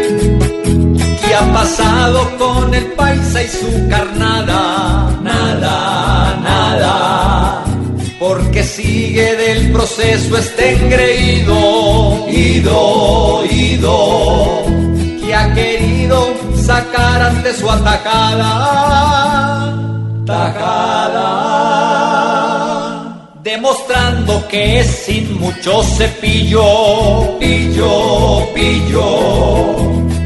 ¿Qué ha pasado con el paisa y su carnada? Nada, nada. Porque sigue del proceso este engreído, ido, ido. Que ha querido sacar ante su atacada, tajada. Demostrando que es sin mucho cepillo, pillo, pillo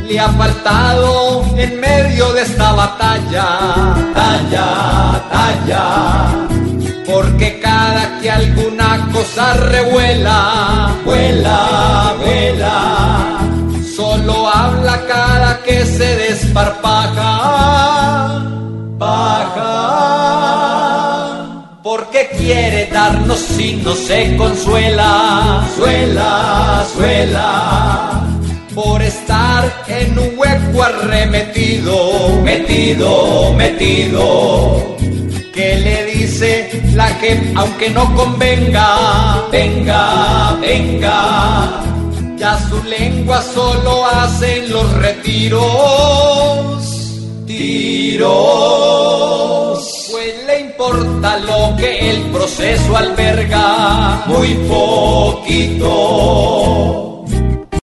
le ha faltado en medio de esta batalla, talla, talla, porque cada que alguna cosa revuela, vuela, vuela, solo habla cada que se desparpaja, paja, porque quiere darnos y no se consuela, suela, suela por estar en un hueco arremetido, metido, metido. Que le dice la que aunque no convenga, venga, venga. Ya su lengua solo hacen los retiros, tiros. Pues le importa lo que el proceso alberga, muy poquito